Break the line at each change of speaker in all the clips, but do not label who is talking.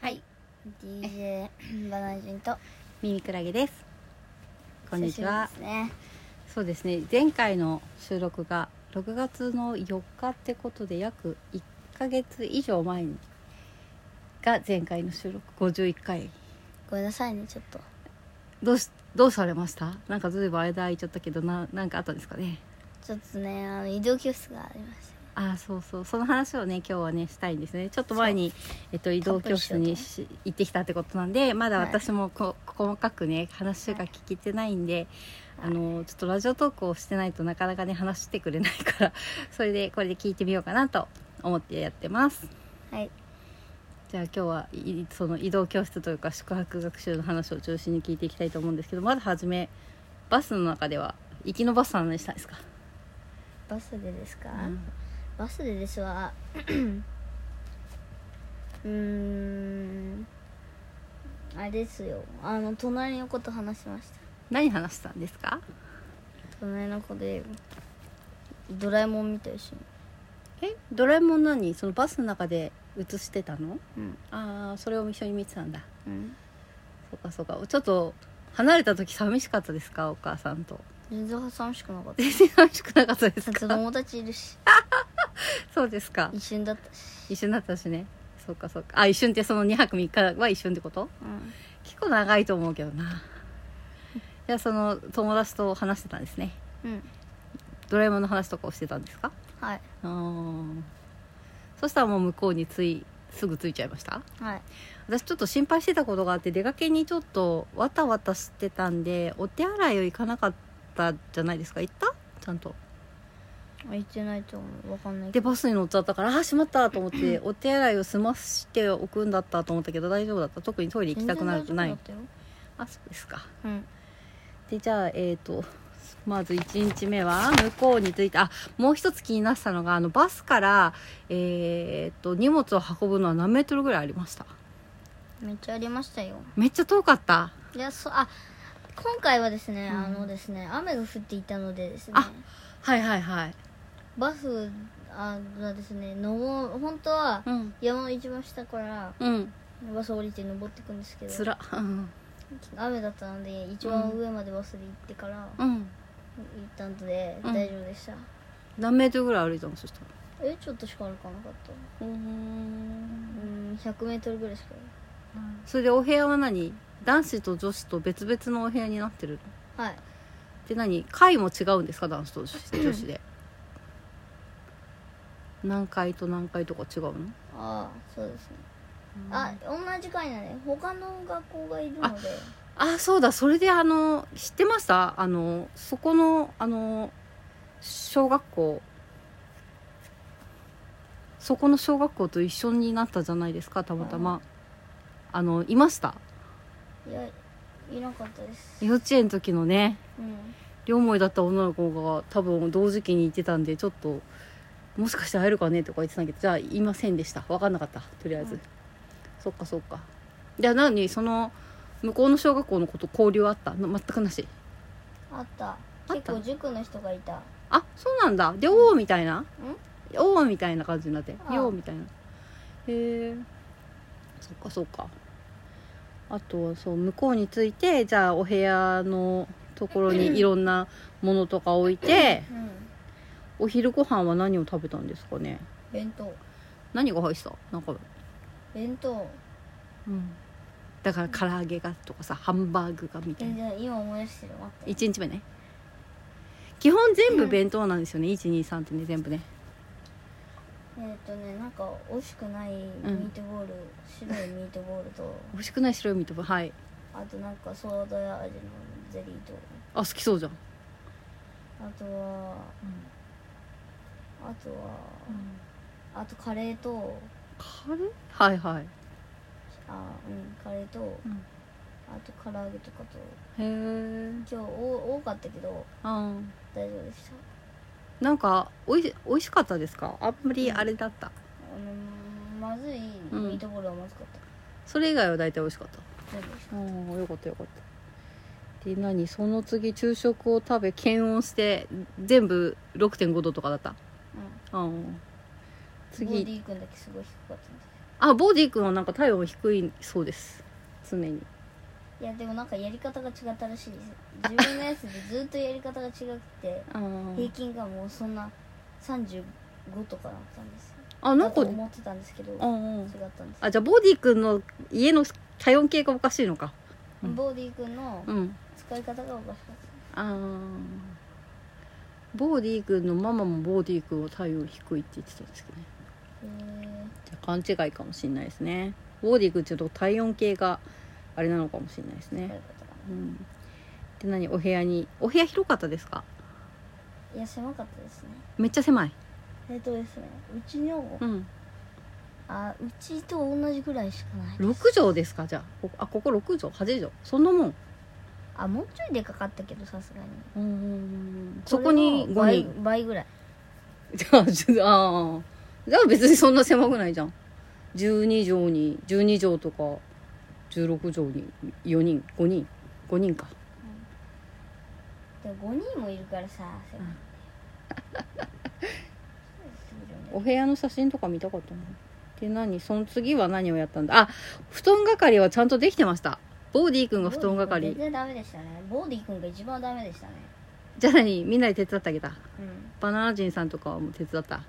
はい、
DJ バナナジンと
ミミクラゲです。こんにちは
久。しぶりですね
そうですね、前回の収録が6月の4日ってことで約1ヶ月以上前にが前回の収録51回。
ごめんなさいねちょっと
どうしどうされました？なんかずいぶん間空いちゃったけどななんかあったんですかね。
ちょっとねあの移動教室がありまし
あーそうそうその話をね今日はねしたいんですねちょっと前に、えっと、移動教室にし行ってきたってことなんでまだ
はい
私もこ、細かくね話が聞けてないんで、あのちょっとラジオトークをしてないとなかなかね話してくれないから それでこれで聞いてみようかなと思ってやってます
たはい
じゃあ今日はいその移動教室というか宿泊学習の話を中心に聞いていきたいと思うんですけどまずはじめバスの中では行きのバスの話したんですか、
バスでですか、
うん
バスでです はうーんあれですよあの隣の子と話しました
何話したんですか
隣の子でドラえもん見た一緒に
えドラえもん何そのバスの中で映してたの
うん
ああそれを一緒に見てたんだ
うん
そうかそうかちょっと離れた時寂しかったですかお母さんと
全然寂しくなかっ
全然寂しくなかったです
た
か
友達いるし
そうですか
一瞬だったし、
一瞬だったしねそうかそうかあ一瞬ってその2泊3日は一瞬ってこと
うん、
結構長いと思うけどなじゃあその友達と話してたんですね
うん
ドラえもんの話とかをしてたんですか
はい
あーそしたらもう向こうについすぐついちゃいました
はい
私ちょっと心配してたことがあって出かけにちょっとわたわたしてたんでお手洗いを行かなかったじゃないですか行ったちゃんと
行ってないと思うわかんない
で
けど
バスに乗っちゃったからあーしまったと思ってお手洗いを済ましておくんだったと思ったけど大丈夫だった特にトイレ行きたくなるとない
全然大丈夫だっ
あそうですか
たようん
でじゃあえっ、とまず1日目は向こうに着いてあもう一つ気になってたのがあのバスから、えー、と荷物を運ぶのは何メートルぐらいありました
めっちゃありましたよ
めっちゃ遠かった
いやそあ今回はですね、
うん
あのですね雨が降っていたのでですね
あはいはいはい
バスあがですね登本当は
うん
山の一番下から
うん
バス降りて登っていくんですけ
つ
ど
らうん
雨だったので一番上までバスで行ってから、行
うん
ったので
うん
大丈夫でした、
何メートルぐらい歩いたのそしたら
えちょっとしか歩かなかった
うん
うん1 0 0ルぐらいしか
それでお部屋は何男子と女子と別々のお部屋になってる
はい
で何階も違うんですか男子と女子女子 で何階と何階とか違うの
ああそうですね、あ同じ階なんで他の学校がいるので
あそうだそれであの知ってましたあのそこのあの小学校そこの小学校と一緒になったじゃないですかたまたまあのいました
いやいなかったです
幼稚園の時のね
うん
両思いだった女の子が多分同時期にいてたんでちょっともしかして会えるかねとか言ってたけどじゃあいませんでした分かんなかったとりあえず、
うん
そっかそっかじゃあなのにその向こうの小学校の子と交流あったの全くなし
あった
た
結構塾の人がいた
あそうなんだでおおみたいな
うん
おおみたいな感じになって
ああ
ようみたいなへえそっかそっかあとはそう向こうについてじゃあお部屋のところにいろんなものとか置いて
うん
お昼ご飯は何を食べたんですかね
弁当
何が入ってたなんか、
弁当
うん、だから唐揚げがとかさハンバーグがみたい
全
な
然今思い出してる待って
1日目ね基本全部弁当なんですよね、123ってね全部ね
えーっ、とねなんか美味しくないミートボール、白いミートボールと
美味しくない白いミートボールはい
あとなんかソーダ味のゼリーと
あ好きそうじゃん、
あとはあとは、あとカレーと
カレーはいはい
あうんカレーと、
ん
あと唐揚げとかと
へえ
今日お多かったけど
あ
大丈夫でした
ーなんかおいし美味しかったですかあんまりあれだった、
あのまずいミートボールはまずかった、
それ以外は大体美味しかった
大丈夫でした
うんよかったよかったで何その次昼食を食べ検温して全部6.5度とかだった
うん
あー
ボデ
次
ィ君だけすごい低かったんだ
あボディ君はなんか体温低いそうです常に
いやでもなんかやり方が違ったらしいです自分のやつでずっとやり方が違くて
あ
平
ー
均がもうそんな35とかだったんですよ
あなんか
だと思ってたんですけど違
あー
ったんです
あじゃあボディ君の家の体温計がおかしいのかうん
ボディ君の
うん
使い方がおかしかっ
あーボーディー君のママもボーディー君は体温低いって言ってたんですけどね
たへ
じゃあ勘違いかもしれないですねボーディー君ちょっと体温計があれなのかもしれないです
え使
ね
い方が
うんで何お部屋にお部屋広かったですか
いや狭かったですね
めっちゃ狭い
えっとですねうちの、
うん
あうちと同じぐらいしかない
6畳ですかじゃあこあここ6畳8畳そんなもん
あもうちょいでかかったけどさすがに
うんそこ
れ
に
の
5
倍
人
倍ぐらい
じゃあ10あーじゃあ別にそんな狭くないじゃん12畳に12畳とか16畳に4人5人5人か
で5人もいるからさ狭い んだよそうですよね
お部屋の写真とか見たかったなで何その次は何をやったんだあ布団係はちゃんとできてましたボーディー君が布団
ボーディ君全
係
然ダメでしたねボーディ君が一番ダメでしたね
じゃあ何みんなで手伝ってあげた
うん
バナナ人さんとかも手伝った
はい、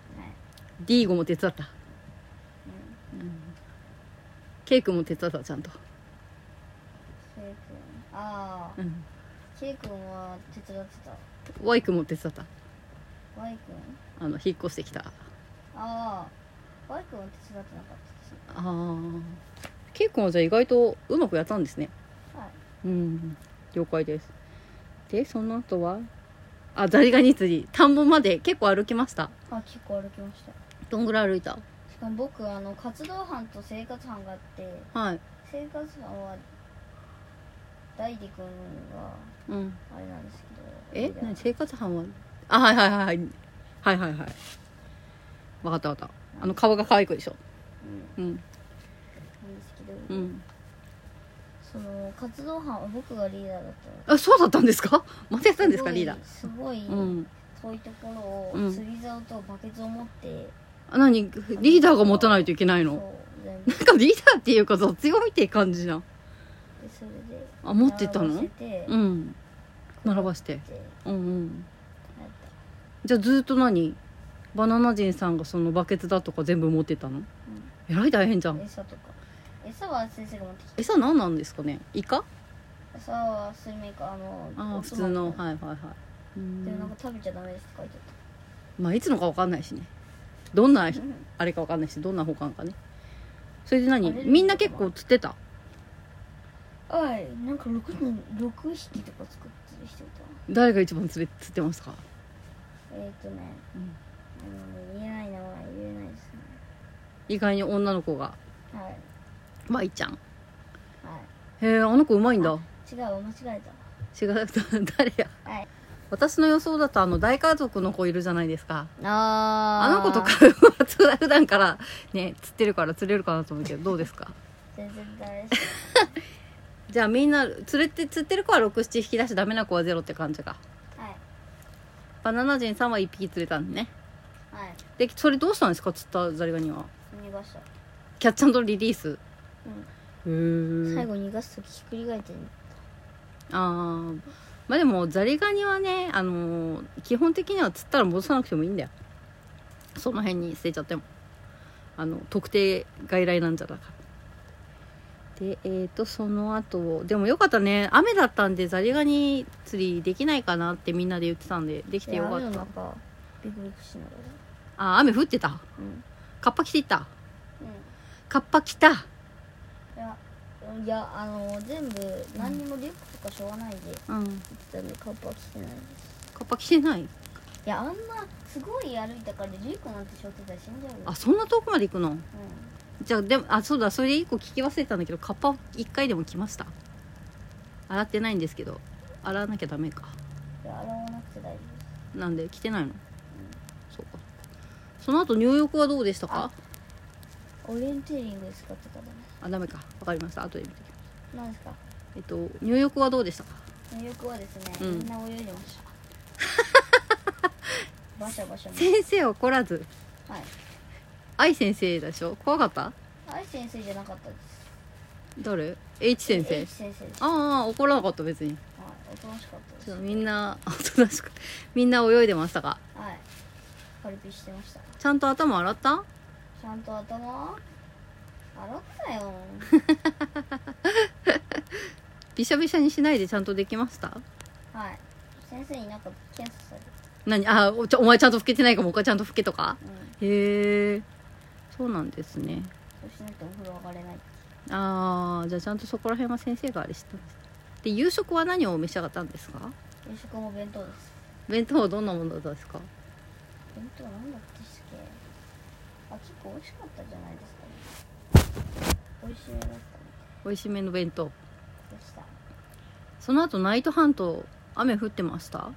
ディーゴも手伝った
うん、
ケイ君も手伝ったちゃんと、
ケイ君ああ
うん、
ケイ君は手伝ってた
Y 君も手伝った
Y 君
あの引っ越してきた
ああ Y 君は手伝ってなかったですね
あーケイ君はじゃあ意外とうまくやったんですね
はい
うん了解ですでその後はあザリガニ釣り田んぼまで結構歩きました
あ結構歩きました
どんぐらい歩いた
しかも僕あの活動班と生活班があって
はい
生活班は大地君は
うん
あれなんですけど
え
リーダー
何生活班はあはいはいはいはいはいはいはいわかったわかったあの顔が可愛い子でしょ
うん
うん
なんですけど、
うん
その活動班は僕がリーダーだったの
あそうだったんですか間違ってたんですか
ごい
リーダ
すごい
ーうん
遠いところを、
うん
釣り竿とバケツを持って
あ何リーダーが持たないといけない
そう
の
全部
なんかリーダーっていうか雑用みたいな感じじゃん
でそれで
あ持ってた
並ば
の
せて
うん並ばして
で
うんうん
やっ
じゃあずっと何バナナ人さんがそのバケツだとか全部持ってたのえらい大変じゃ
た、うん
ん
餌とか餌は先生が持ってきて
餌何なんですかねイカ
餌はスルメかあの
ああ
お
普
つ
通
まみ
のはいはいはいう
でもなん
ん
か食べちゃダメですって書いてあった
まあいつのか分かんないしねどんな
うん
あれか分かんないしどんな保管かねそれで何
あれ
みんな結構釣ってた
はい、なんか六人六匹とか作ってる人いた。
誰が一番釣れ釣ってますか
えっ、ー、とね、
うん
あの言えない名前言えないですね。
意外に女の子が
はいは
まいちゃんへえあの子うまいんだ
い。違う間違え
違う誰や
た。はい。
私の予想だとあの大家族の子いるじゃないですか
あ
あの子とか 普段からね釣ってるから釣れるかなと思うけどどうですか
全然ダメです。
じゃあみんな釣れて釣ってる子は67匹だしダメな子はゼロって感じか
はい
バナナ人さんは1匹釣れたんでね
はい。
でそれどうしたんですか釣ったザリガニは
逃がした。
キャッチリリースへ
うん。
ー
最後逃がすときひっくり返ってる。
あーまあでもザリガニはね、あのー基本的には釣ったら戻さなくてもいいんだよその辺に捨てちゃってもあの特定外来なんじゃだからでえー、とその後でもよかったね雨だったんでザリガニ釣りできないかなってみんなで言ってたんでできてよか
雨
っ
の
た
中ビクビクしながら。
あ雨降ってた
うん。うん。
カッパ着ていったカッパ着た
いやいやあの全部何にもリュックとかしょうがないで
うん
全部カッパ着てないです。
カッパ着てない
いやあんなすごい歩いたからリュックなんて背負ってたら死んじゃうよ。
あそんな遠くまで行くの
う
じゃあでもあそうだそれで一個聞き忘れたんだけどカッパ一回でも来ました洗ってないんですけど洗わなきゃダメか
ん。いや洗わなくて大丈夫です。
なんで来てないの、そうかその後入浴はどうでしたか
オリエンテーリング使ってただね。
あダメかわかりました後で見てきます
なんですか。
えっと入浴はどうでしたか
入浴はですね、
うん
みんな泳いでました。バシャバシャも
先生怒らず
はい
愛先生でしょ怖かった
愛先生じゃなかったです
誰 H 先生
H 先生ですはい
ああ怒らなかった別に
おとなしかった
ち
で
ょっ
す
とみんなおとなしくみんな泳いでましたか
はいカルピしてました
ちゃんと頭洗った
ちゃんと頭洗った よ
びしゃびしゃにしないでちゃんとできました
はい先生になんか検査される
何あおちょお前ちゃんと拭けてないかも他ちゃんと拭けとか
うん
へえそうなんですね
そうしないとお風呂上がれない
ああじゃあちゃんとそこら辺は先生があれしたんですで夕食は何を召し上がったんですか
夕食も弁当です
弁当はどんなものですか
弁当なんだったっけあ結構美味しかったじゃないですかね美味しいだったみ
美味しめの弁当
たいでした
その後ナイトハント雨降ってました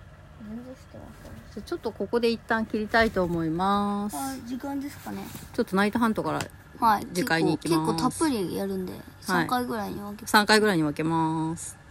全然してません
じゃあちょっとここで一旦切りたいと思います
あ時間ですかね
ちょっとナイトハントから
はい
次回に行きます
結構結構たっぷりやるんで3回ぐらいに分けて、
3回ぐらいに分けます